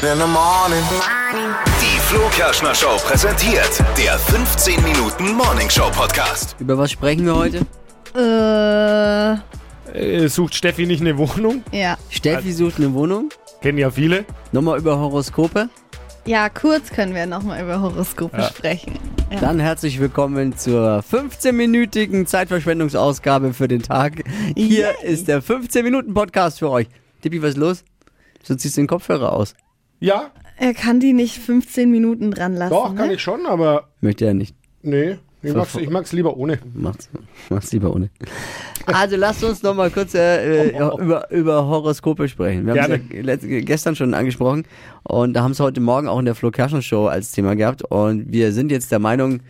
in the morning. Die Flo Kerschner Show präsentiert der 15 Minuten Morning Show Podcast. Über was sprechen wir heute? Äh, Äh, sucht Steffi nicht eine Wohnung? ja. Steffi sucht eine Wohnung. Kennen ja viele. Nochmal über Horoskope. Ja, kurz können wir nochmal über Horoskope sprechen. Ja. Dann herzlich willkommen zur 15-minütigen Zeitverschwendungsausgabe für den Tag. Hier ist der 15-Minuten-Podcast für euch. Tippi, was ist los? Du ziehst den Kopfhörer aus. Ja, Er kann die nicht 15 Minuten dran lassen. doch, kann ne? ich schon, aber Möchte er nicht. nee. Ich mag's, ich mag's lieber ohne. Macht's, macht's lieber ohne. Also lasst uns noch mal kurz äh, äh, über, über Horoskope sprechen. Wir haben Oh, Gerne. es ja letzt- gestern schon angesprochen und da haben es heute Morgen auch in der Flo Kerschner Show als Thema gehabt und wir sind jetzt der Meinung,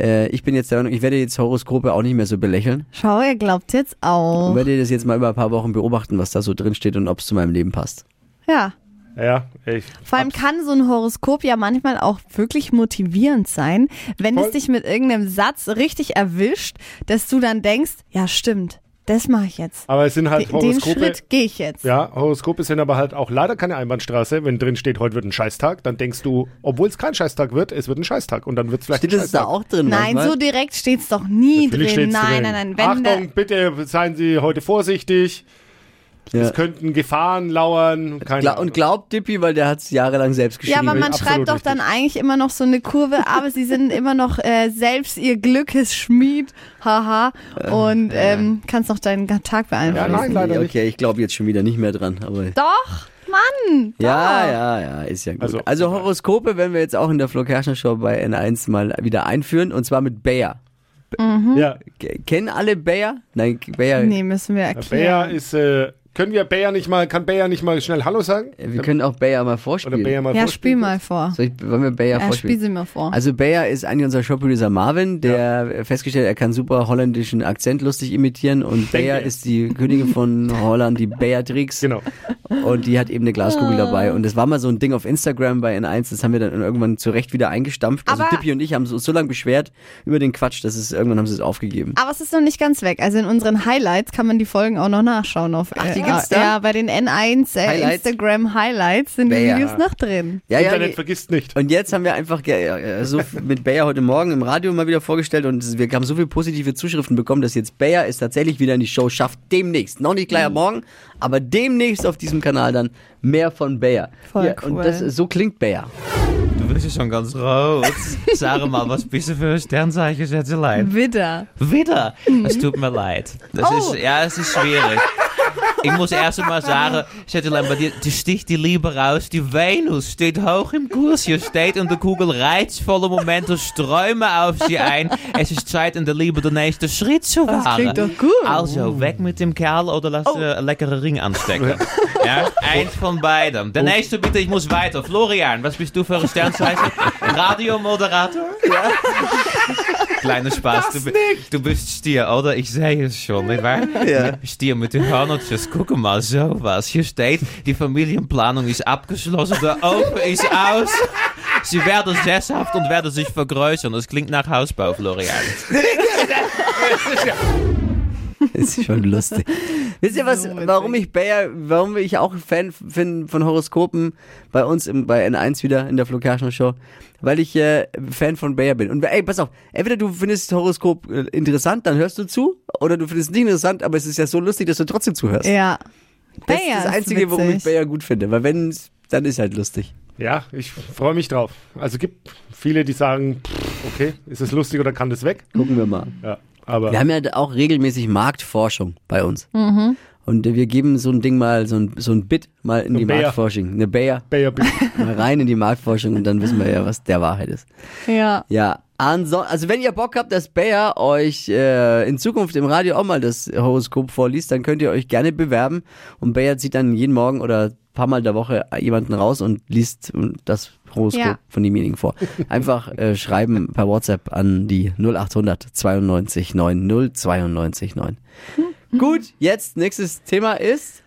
äh, ich bin jetzt der Meinung, ich werde jetzt Horoskope auch nicht mehr so belächeln. Schau, er glaubt jetzt Ich Oh. auch. werde das jetzt mal über ein paar Wochen beobachten, was da so drin steht und ob es zu meinem Leben passt. Ja. Ja, echt. Vor allem kann so ein Horoskop ja manchmal auch wirklich motivierend sein, wenn es Voll. dich mit irgendeinem Satz richtig erwischt, dass du dann denkst, ja stimmt, das mache ich jetzt. Aber es sind Den halt den Horoskope. Schritt gehe ich jetzt. Ja, Horoskope sind aber halt auch leider keine Einbahnstraße. Wenn drin steht, heute wird ein Scheißtag, dann denkst du, obwohl es kein Scheißtag wird, es wird ein Scheißtag. Und dann wird es vielleicht Steht ein das da Scheißtag. auch drin? Nein, manchmal? so direkt steht's doch nie Natürlich drin. steht's Nein, drin. nein, nein. Wenn Achtung, bitte seien Sie heute vorsichtig. Ja. Es könnten Gefahren lauern. Äh, Keine Gla und glaubt Dippi, weil der hat es jahrelang selbst Ja, geschrieben. aber man Absolut schreibt doch dann eigentlich immer noch so eine Kurve, aber sie sind immer noch äh, selbst ihr Glückes Schmied, haha, Äh, und ähm, kannst noch deinen Tag Ja, beeinflussen. nein, leider nicht. okay, ich glaube jetzt schon wieder nicht mehr dran, aber Doch, Mann! Ja, doch. ja, ja, ist ja gut. Also, Also- Horoskope werden wir jetzt auch in der Flo Kerschner Show bei N1 mal wieder einführen und zwar mit Bayer. Mhm. Ja, K- Kennen alle Bayer? Nein, Bayer. Nee, müssen wir Bayer erklären. ist, äh, können wir Bayer nicht mal, kann Bayer nicht mal schnell Hallo sagen? äh, Wir können auch Bayer mal Oder vorspielen. Bayer mal ja, spiel vorspielen? mal vor. Soll ich, wollen wir Bayer Ja, spiel vorspielen? sie mir vor. Also Bayer ist eigentlich unser Showproducer Marvin, der festgestellt, er kann super holländischen Akzent lustig imitieren und Bayer ich. ist die Königin von Holland, die Beatrix. Genau. Und die hat eben eine Glaskugel Ah. dabei. Und das war mal so ein Ding auf Instagram bei N1, das haben wir dann irgendwann zurecht wieder eingestampft. Also Aber- Tippi und ich haben so, so lange beschwert über den Quatsch, dass es irgendwann haben sie es aufgegeben. aber es ist noch nicht ganz weg. Also in unseren Highlights kann man die Folgen auch noch nachschauen. Auf, Ach, die gibt's da? Ja, bei den N1 äh, Highlights? Instagram Highlights sind die Bayer. Videos noch drin. Ja, ja, Internet nee. vergisst nicht. und jetzt haben wir einfach ge- äh, so mit Bayer heute Morgen im Radio mal wieder vorgestellt und wir haben so viele positive Zuschriften bekommen, dass jetzt Bayer es tatsächlich wieder in die Show schafft. Demnächst. Noch nicht Mhm. gleich am Morgen, aber demnächst auf diesem Kanal dann mehr von Bayer. Voll Und cool. das, so klingt Bayer. Du bist ja schon ganz rot. Sag mal, was bist du für ein Sternzeichen, Schätzelein? Widder. Wieder. Es tut mir leid. Das Oh. ist, ja, es ist schwierig. Ich muss erst einmal sagen, Schätzelein, bei dir die sticht die Liebe raus. Die Venus steht hoch im Kurs. Hier steht in der Kugel reizvolle Momente strömen auf sie ein. Es ist Zeit, in der Liebe den nächsten Schritt zu wagen. klingt doch gut. Also, weg mit dem Kerl oder lass dir einen leckeren Ring anstecken. Ja, eins von beidem. Der nächste bitte, ich muss weiter. Florian, was bist du für ein Sternzeichen? Radiomoderator? Kleiner Spaß. Du, bi- du bist Stier, oder? Ich sehe es schon, nicht wahr? Stier mit den Hörnertjes. Guck mal, sowas. Hier steht, die Familienplanung ist abgeschlossen. Der Ofen ist aus. Sie werden sesshaft und werden sich vergrößern. Das klingt nach Hausbau, Florian. Das ist schon lustig. Wisst ihr was, warum ich Bayer, warum ich auch Fan f- bin von Horoskopen bei uns im, bei N1 wieder in der Flo Kerschner Show? Weil ich äh, Fan von Bayer bin. Und ey, pass auf, entweder du findest Horoskop äh, interessant, dann hörst du zu, oder du findest es nicht interessant, aber es ist ja so lustig, dass du trotzdem zuhörst. Ja. das ist Bayer das ist Einzige, warum ich witzig. Bayer gut finde. Weil wenn, dann ist halt lustig. Ja, ich freue mich drauf. Also gibt viele, die sagen, pff, okay, ist es lustig oder kann das weg? Gucken wir mal. Ja, aber Wir haben ja auch regelmäßig Marktforschung bei uns. Mhm. Und äh, wir geben so ein Ding mal, so ein, so ein Bit mal in ein die Bayer. Marktforschung. Eine Bayer. Bayer bin- mal rein in die Marktforschung und dann wissen wir ja, was der Wahrheit ist. Ja. Ja, anso also wenn ihr Bock habt, dass Bayer euch äh, in Zukunft im Radio auch mal das Horoskop vorliest, dann könnt ihr euch gerne bewerben und Bayer zieht dann jeden Morgen oder paar Mal der Woche jemanden raus und liest ähm, das Horoskop Ja. von demjenigen vor. Einfach äh, schreiben per WhatsApp an die 0800 92 9 092 9. Hm. Gut, jetzt nächstes Thema ist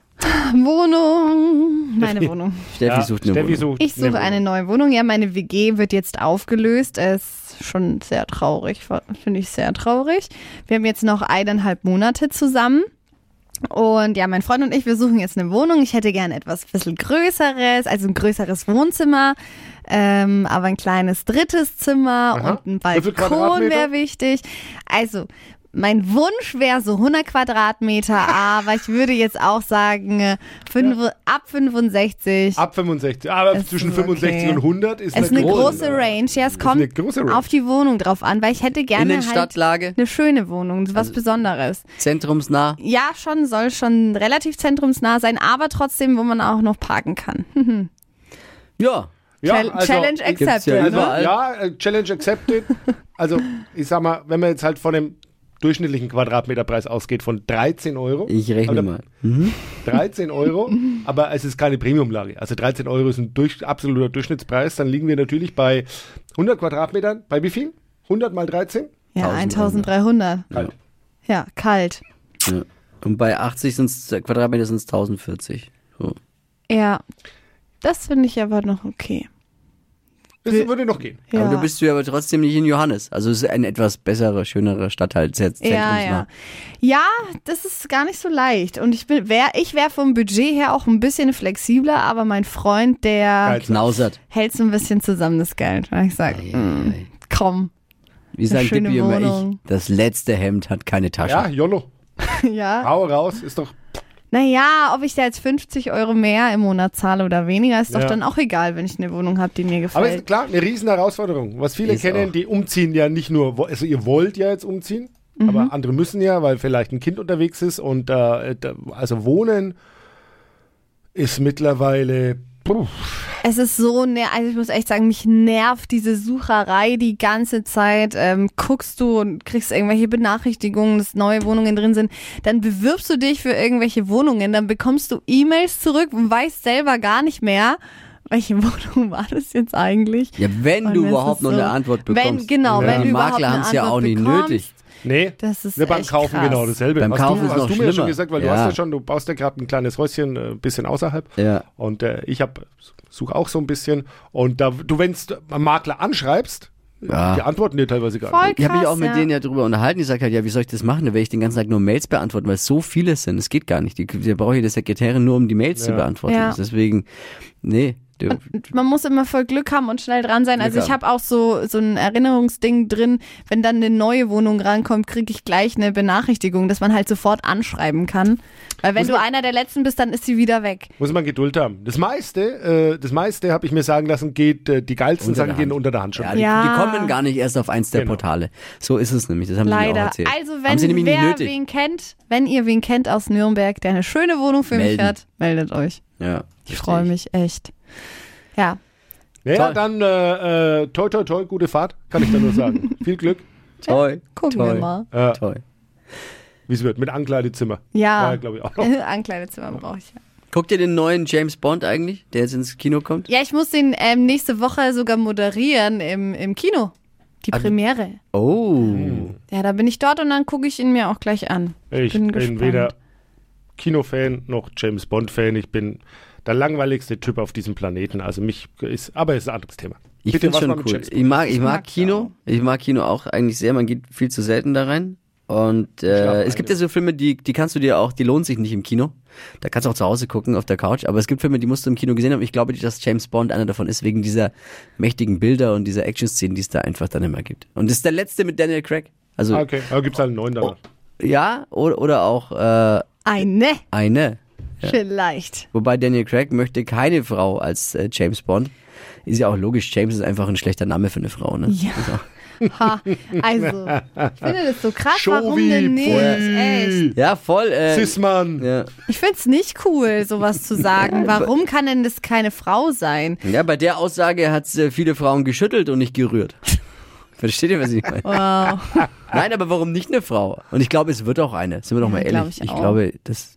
Wohnung. Meine Wohnung. Steffi ja, sucht eine Steffi Wohnung. sucht Ich suche eine neue Wohnung. Ja, meine WG wird jetzt aufgelöst. Es ist schon sehr traurig, finde ich sehr traurig. Wir haben jetzt noch eineinhalb Monate zusammen. Und ja, mein Freund und ich, wir suchen jetzt eine Wohnung. Ich hätte gerne etwas bisschen größeres, also ein größeres Wohnzimmer, ähm, aber ein kleines drittes Zimmer Aha. und ein Wie viel Balkon Quadratmeter? wäre wichtig. Also, mein Wunsch wäre so 100 Quadratmeter, aber ich würde jetzt auch sagen, äh, fünf, ab 65 Ab 65. Aber Ist zwischen okay. 65 und 100 ist, ist eine große- große Range. Ja, es kommt eine große Range. auf die Wohnung drauf an, weil ich hätte In gerne den Also halt Stadtlage, eine schöne Wohnung, was Besonderes. zentrumsnah. Ja, schon, soll schon relativ zentrumsnah sein, aber trotzdem, wo man auch noch parken kann. Ja. also Chal- Challenge Gibt's ja accepted. Also, Überall. ja, äh, Challenge accepted. Also, ich sag mal, wenn man jetzt halt von dem durchschnittlichen Quadratmeterpreis ausgeht von 13 Euro. Ich rechne aber mal. 13 Euro, aber es ist keine Premiumlage. Also 13 Euro ist ein durch, absoluter Durchschnittspreis. Dann liegen wir natürlich bei 100 Quadratmetern. Bei wie viel? 100 mal 13? Ja, 1300. Kalt. Ja, kalt. Ja. Und bei 80 sind's, Quadratmeter sind es 1040. So. Ja, das finde ich aber noch okay. Das würde noch gehen. Ja. Aber du bist ja aber trotzdem nicht in Johannes. Also es ist ein etwas besserer, schönerer Stadtteil. Ze- ja, zentrumsnah. ja. ja, das ist gar nicht so leicht. Und ich bin, wär, ich wäre vom Budget her auch ein bisschen flexibler, aber mein Freund, der Geil. Knausert. hält so ein bisschen zusammen das Geld. weil Ich sage, komm. Wie sagen schöne Dippi immer ich, Wohnung. das letzte Hemd hat keine Tasche. Ja, Jollo. ja. Hau raus. Ist doch. Naja, ob ich da jetzt 50 Euro mehr im Monat zahle oder weniger, ist doch Ja. dann auch egal, wenn ich eine Wohnung habe, die mir Aber ist gefällt. klar, eine riesen Herausforderung. Was viele Ist kennen, auch. die umziehen ja nicht nur, wo- also ihr wollt ja jetzt umziehen, aber andere müssen ja, weil vielleicht ein Kind unterwegs ist und äh, da, also wohnen ist mittlerweile. Puh, Es ist so, ner also ich muss echt sagen, mich nervt diese Sucherei die ganze Zeit. Ähm, guckst du und kriegst irgendwelche Benachrichtigungen, dass neue Wohnungen drin sind. Dann bewirbst du dich für irgendwelche Wohnungen, dann bekommst du E-Mails zurück und weißt selber gar nicht mehr, welche Wohnung war das jetzt eigentlich. Ja, wenn Und du es überhaupt ist noch so- eine Antwort bekommst. Wenn, genau, Ja. wenn die du überhaupt Makler eine haben es ja Antwort auch nicht bekommst. nötig. nee. Das ist Ne, beim echt Kaufen krass. genau dasselbe. Beim hast Kaufen du, ist hast noch du mir ja schlimmer. schon gesagt, weil Ja. du hast ja schon, du baust ja gerade ein kleines Häuschen äh, ein bisschen außerhalb. Ja. Und äh, ich habe suche auch so ein bisschen. Und da du, wenn du Makler anschreibst, Ja. die antworten dir teilweise gar Voll nicht. Ich habe mich Krass, auch mit ja. denen ja drüber unterhalten. Die sagt halt, ja, wie soll ich das machen? Da werde ich den ganzen Tag nur Mails beantworten, weil es so viele sind. Es geht gar nicht. Die, die brauche ich die Sekretärin nur, um die Mails zu Ja. beantworten. Ja. Deswegen, nee. Du, man muss immer voll Glück haben und schnell dran sein. Also Glück ich habe auch so, so ein Erinnerungsding drin, wenn dann eine neue Wohnung rankommt, kriege ich gleich eine Benachrichtigung, dass man halt sofort anschreiben kann. Weil wenn du einer der Letzten bist, dann ist sie wieder weg. Muss man Geduld haben. Das meiste, äh, das meiste habe ich mir sagen lassen, geht äh, die geilsten Unter der Sachen gehen Hand. unter der Hand schon. ja, die, Ja. die kommen gar nicht erst auf eins der Genau. Portale. So ist es nämlich. Das haben sie mir auch Leider. erzählt. Also haben wenn sie nämlich wer nicht nötig. wen kennt, wenn ihr wen kennt aus Nürnberg, der eine schöne Wohnung für Melden. mich hat, meldet euch. Ja, Ich freue mich echt. Ja. Naja, Toll. dann äh, äh, toi toi toi, gute Fahrt, kann ich da nur sagen. Viel Glück, Toll. Gucken toll, wir mal. äh, Toll. wie es wird, mit Ankleidezimmer. Ja. glaube ich Oh. auch noch. Ankleidezimmer brauche ich ja. Guckt ihr den neuen James Bond eigentlich, der jetzt ins Kino kommt? Ja, ich muss den ähm, nächste Woche sogar moderieren im, im Kino. Die Premiere. Oh. Ja, da bin ich dort und dann gucke ich ihn mir auch gleich an. Ich bin bin, gespannt. weder Kinofan noch James Bond-Fan. Ich bin der langweiligste Typ auf diesem Planeten. Also mich ist, aber es ist ein anderes Thema. Ich Bitte, finde was war schon mit cool. James Bond? Ich mag, ich mag mag's Kino. Ich mag Kino auch eigentlich sehr. Man geht viel zu selten da rein. Und äh, schlafe es gibt ein. ja so Filme, die, die kannst du dir auch, die lohnen sich nicht im Kino. Da kannst du auch zu Hause gucken auf der Couch. Aber es gibt Filme, die musst du im Kino gesehen haben. Ich glaube, dass James Bond einer davon ist, wegen dieser mächtigen Bilder und dieser Action-Szenen, die es da einfach dann immer gibt. Und das ist der letzte mit Daniel Craig. Also Ah, okay, aber gibt es halt einen neuen danach. Oh, ja, oder, oder auch äh, Eine eine. ne? vielleicht. Wobei Daniel Craig möchte keine Frau als äh, James Bond. Ist ja auch logisch, James ist einfach ein schlechter Name für eine Frau, ne? Ja. Ha, also, ich finde das so krass, warum Shovi, denn nicht? Pui, Echt. Ja, voll. Äh, Sisman. ja. Ich find's nicht cool, sowas zu sagen. Warum kann denn das keine Frau sein? Ja, bei der Aussage hat äh, viele Frauen geschüttelt und nicht gerührt. Versteht ihr, was ich meine? Wow. Nein, aber warum nicht eine Frau? Und ich glaube, es wird auch eine. Sind wir doch mal Ja, ehrlich. glaub ich auch. glaube, das.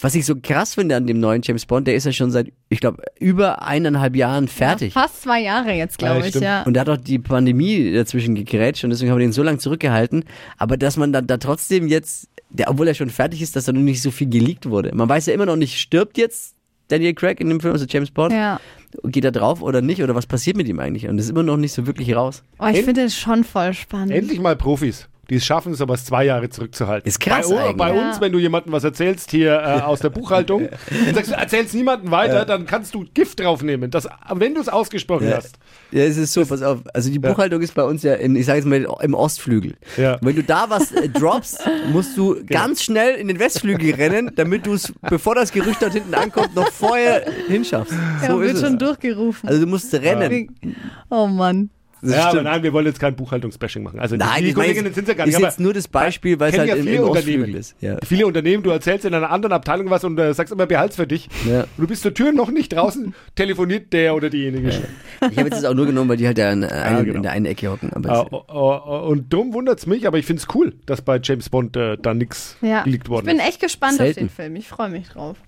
Was ich so krass finde an dem neuen James Bond, der ist ja schon seit, ich glaube, über eineinhalb Jahren fertig. Fast zwei Jahre jetzt, Ja, glaube ich, stimmt. ja. Und da hat auch die Pandemie dazwischen gegrätscht und deswegen haben wir den so lange zurückgehalten. Aber dass man da, da trotzdem jetzt, der, obwohl er schon fertig ist, dass da noch nicht so viel geleakt wurde. Man weiß ja immer noch nicht, stirbt jetzt Daniel Craig in dem Film, also James Bond? Ja. Geht er drauf oder nicht? Oder was passiert mit ihm eigentlich? Und das ist immer noch nicht so wirklich raus. Oh, ich finde das schon voll spannend. Endlich mal Profis. die es schaffen, es aber zwei Jahre zurückzuhalten. Ist krass Bei, eigentlich. bei Ja. uns, wenn du jemandem was erzählst hier äh, aus der Buchhaltung und sagst, erzählst niemandem weiter, dann kannst du Gift draufnehmen. Das, wenn du es ausgesprochen Ja. hast. ja, es ist so, pass auf. Also die Buchhaltung ist bei uns ja, in, ich sage jetzt mal, im Ostflügel. Ja. Genau. Wenn du da was äh, droppst, musst du ganz schnell in den Westflügel rennen, damit du es, bevor das Gerücht dort hinten ankommt, noch vorher hinschaffst. ja, So wird ist schon es. durchgerufen. Also du musst rennen. Wegen- Oh Mann. Das ja, aber stimmt. nein, wir wollen jetzt kein Buchhaltungsbashing machen. Also Nein, die ich meine, Kolleginnen sind ja gar nicht. ist aber jetzt nur das Beispiel, weil es kennen halt ja im, viele im Ostflügel Unternehmen. ist. Ja. Viele Unternehmen, du erzählst in einer anderen Abteilung was und äh, sagst immer, behalt's für dich. Ja. Und du bist zur Tür noch nicht draußen, telefoniert der oder diejenige Äh, schon. Ich habe jetzt das auch nur genommen, weil die halt da in, einem- genau. in der einen Ecke hocken. Aber Ah, es- oh, oh, oh, und drum wundert's mich, aber ich find's cool, dass bei James Bond äh, da nix Ja. geleakt Ich worden bin ist. echt gespannt Selten. auf den Film. Ich freue mich drauf.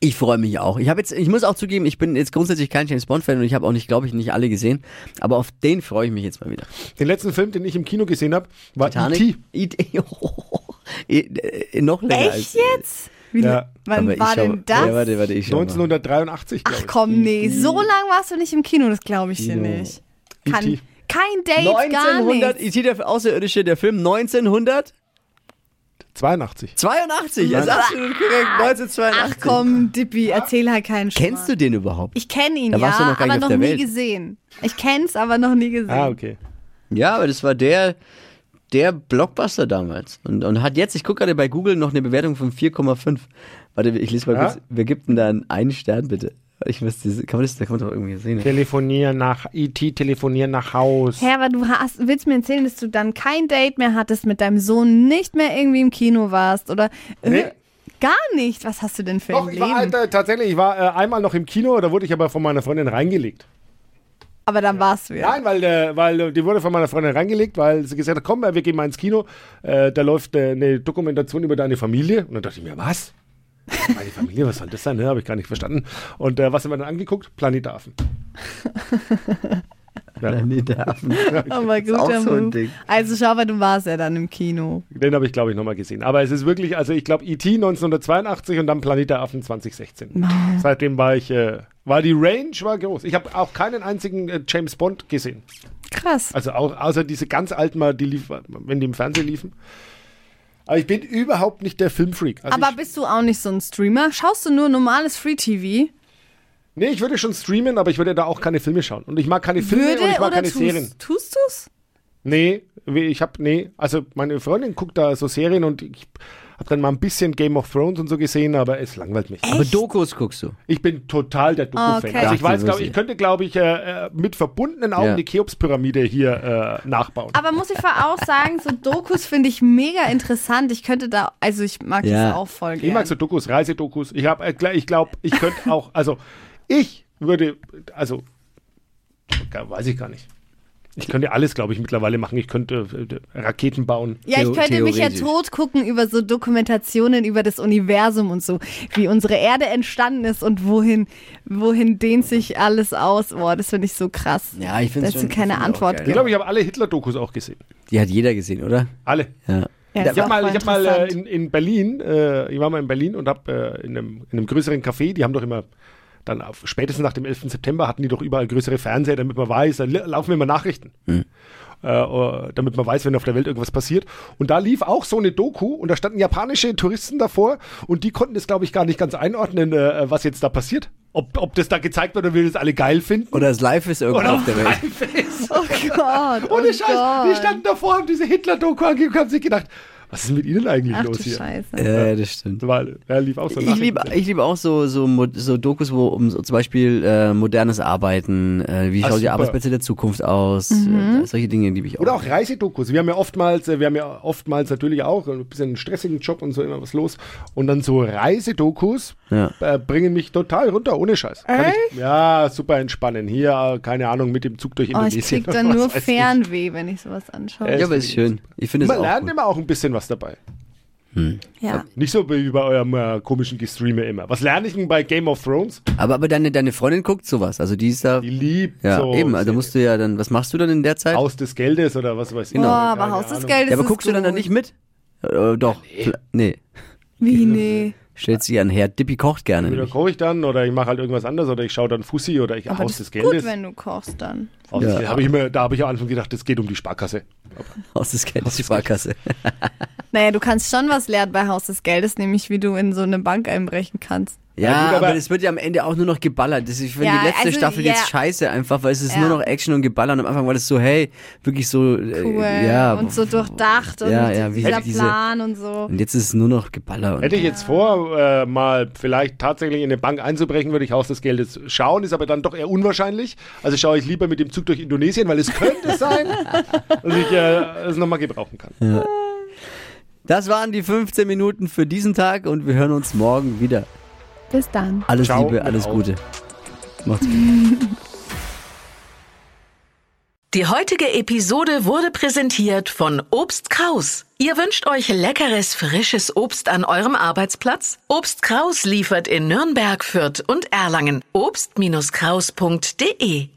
Ich freue mich auch. Ich habe jetzt, ich muss auch zugeben, ich bin jetzt grundsätzlich kein James Bond Fan und ich habe auch nicht, glaube ich, nicht alle gesehen. Aber auf den freue ich mich jetzt mal wieder. Den letzten Film, den ich im Kino gesehen habe, war E E.T. E.T. Oh, äh, noch länger als. Echt jetzt? Wie, Ja. Wann Aber ich war schau- denn das? Ja, warte, warte, ich schau mal. 1983, glaube Ach komm, nee, Mhm. so lange warst du nicht im Kino, das glaube ich dir nicht. Kann, E.T.. kein Date, gar 1900, nichts. E.T. der Außerirdische, der Film 1982, ich. 82. das ist absolut korrekt, 1982. Ach komm, Dippi, erzähl halt keinen Schmarrn. Kennst du den überhaupt? Ich kenne ihn, Da ja, warst du noch gar aber nicht auf noch der nie Welt. gesehen. Ich kenn's, aber noch nie gesehen. Ah, okay. Ja, aber das war der, der Blockbuster damals. Und, und hat jetzt, ich gucke gerade bei Google, noch eine Bewertung von 4,5. Warte, ich lese mal Ja? kurz. Wer gibt denn da einen- einen Stern, bitte? Ich weiß, das, kann man das, da kann man doch irgendwie sehen. ne? Telefonieren nach E.T., telefonieren nach Haus. Hä, aber du hast, willst mir erzählen, dass du dann kein Date mehr hattest, mit deinem Sohn nicht mehr irgendwie im Kino warst oder äh, Nee. gar nicht. Was hast du denn für Doch, ein ich Leben? war, äh, tatsächlich, ich war äh, einmal noch im Kino, da wurde ich aber von meiner Freundin reingelegt. aber dann warst du ja. Nein, weil, äh, weil äh, die wurde von meiner Freundin reingelegt, weil sie gesagt hat, komm, äh, wir gehen mal ins Kino. Äh, da läuft äh, eine Dokumentation über deine Familie. Und dann dachte ich mir, was? Meine Familie, was soll das sein? Ne? Habe ich gar nicht verstanden. Und äh, was haben wir dann angeguckt? Planet der Affen. Planet der Affen. Aber ist auch guter so ein Move. Ding. Also schau mal, du warst ja dann im Kino. Den habe ich, glaube ich, nochmal gesehen. Aber es ist wirklich, also ich glaube, E.T. 1982 und dann Planet der Affen 2016. Seitdem war ich, äh, war die Range war groß. Ich habe auch keinen einzigen äh, James Bond gesehen. Krass. Also auch, außer diese ganz alten mal, die lief, wenn die im Fernsehen liefen. Aber ich bin überhaupt nicht der Filmfreak. Also aber ich, bist du auch nicht so ein Streamer? Schaust du nur normales Free-TV? nee, ich würde schon streamen, aber ich würde da auch keine Filme schauen. Und ich mag keine Filme und ich mag oder keine Serien. tust, tust du's? Nee, wie- ich hab, nee. Also meine Freundin guckt da so Serien und ich hab dann mal ein bisschen Game of Thrones und so gesehen, aber es langweilt mich. Aber Dokus guckst du. Ich bin total der Doku-Fan. Okay. Also ich Dachte, weiß, so glaub, ist ich es. könnte, glaube ich, äh, äh, mit verbundenen Augen Ja. die Cheops-Pyramide hier äh, nachbauen. Aber muss ich vor- auch sagen, so Dokus finde ich mega interessant. Ich könnte da, also ich mag Ja. das auch voll Ich gerne. mag so Dokus, Reisedokus. Ich habe, ich glaube, ich könnte auch, also ich würde, also gar- weiß ich gar nicht. Ich könnte alles, glaube ich, mittlerweile machen. Ich könnte äh, Raketen bauen. ja, ich Theo- könnte mich ja theoretisch. tot gucken über so Dokumentationen über das Universum und so, wie unsere Erde entstanden ist und wohin, wohin dehnt sich alles aus. Boah, das finde ich so krass. Ja, ich find's Dass schon- du find keine ich auch Antwort geil. Ich gibst. glaube, ich habe alle Hitler-Dokus auch gesehen. Die hat jeder gesehen, oder? Alle. Ja. Ja, Da- ist Ich habe auch mal, voll ich hab mal äh, interessant. in, in Berlin, äh, ich war mal in Berlin und habe äh, in, einem, in einem größeren Café, die haben doch immer, dann auf, spätestens nach dem 11. September hatten die doch überall größere Fernseher, damit man weiß, da li- laufen immer Nachrichten. Hm. Äh, äh, damit man weiß, wenn auf der Welt irgendwas passiert. Und da lief auch so eine Doku und da standen japanische Touristen davor und die konnten das, glaube ich, gar nicht ganz einordnen, äh, was jetzt da passiert. Ob, ob das da gezeigt wird oder wir das alle geil finden. Oder das Live ist irgendwo Oder auf der Welt. Oh Gott. Ohne oh Scheiß, die Gott. standen davor, haben diese Hitler-Doku angeguckt und haben sich gedacht, was ist mit ihnen eigentlich Ach los du hier? Scheiße. Ja, das stimmt. Weil er lief auch so Ich liebe, Nachrichten. ich liebe auch so, so, Mo- so Dokus, wo um so zum Beispiel äh, modernes Arbeiten, äh, wie Ah, schauen die super. Arbeitsplätze der Zukunft aus, äh, solche Dinge liebe ich auch. Oder auch Reisedokus. Wir haben ja oftmals, äh, wir haben ja oftmals natürlich auch äh, ein bisschen einen stressigen Job und so immer was los. Und dann so Reisedokus Ja. äh, bringen mich total runter, ohne Scheiß. Kann ich, ja, super entspannen. Hier, äh, keine Ahnung, mit dem Zug durch Oh, ich Indonesien. krieg dann Was nur weiß ich. Fernweh, wenn ich sowas anschaue. Äh, ja, aber ist schön. Ich finde es Man auch lernt gut. immer auch ein bisschen was dabei. Ja. Nicht so wie bei eurem äh, komischen Gestreame immer. Was lerne ich denn bei Game of Thrones? Aber, aber deine, deine Freundin guckt sowas, also die ist da, Die liebt ja so. eben, also musst Genau. du ja dann, was machst du dann in der Zeit? Haus des Geldes oder was weiß ich. Boah, Keine aber Haus Ahnung. des Geldes ja, aber ist guckst du dann, gut. dann nicht mit? Äh, doch, nee. Wie, nee. Stellt sich an den Herd. Dippy kocht gerne. Entweder nämlich. koche ich dann oder ich mache halt irgendwas anderes oder ich schaue dann Fussi oder ich Aber Haus das des ist gut, Geldes. wenn du kochst dann. Haus Ja. des Geldes. Hab ich immer, da habe ich am Anfang gedacht, das geht um die Sparkasse. Aus des Geldes Sparkasse. Naja, du kannst schon was lernen bei Haus des Geldes, nämlich wie du in so eine Bank einbrechen kannst. Ja, Ja, gut, aber aber- es wird ja am Ende auch nur noch geballert. Das, ich finde Ja, die letzte also, Staffel ja. jetzt scheiße einfach, weil es ist nur Ja. noch Action und geballert. Und am Anfang war das so, hey, wirklich so, Cool. äh, ja. und so durchdacht und ja, ja, wie dieser diese- Plan und so. Und jetzt ist es nur noch geballert. Und Hätte ich jetzt vor, äh, mal vielleicht tatsächlich in eine Bank einzubrechen, würde ich Haus des Geldes schauen, ist aber dann doch eher unwahrscheinlich. Also schaue ich lieber mit dem Zug durch Indonesien, weil es könnte sein, dass ich äh, es nochmal gebrauchen kann. das waren die 15 Minuten für diesen Tag und wir hören uns morgen wieder. Bis dann. Alles Ciao, Liebe, mit alles Au. Gute. Macht's gut. Die heutige Episode wurde präsentiert von Obst Kraus. Ihr wünscht euch leckeres, frisches Obst an eurem Arbeitsplatz? Obst Kraus liefert in Nürnberg, Fürth und Erlangen. Obst-Kraus.de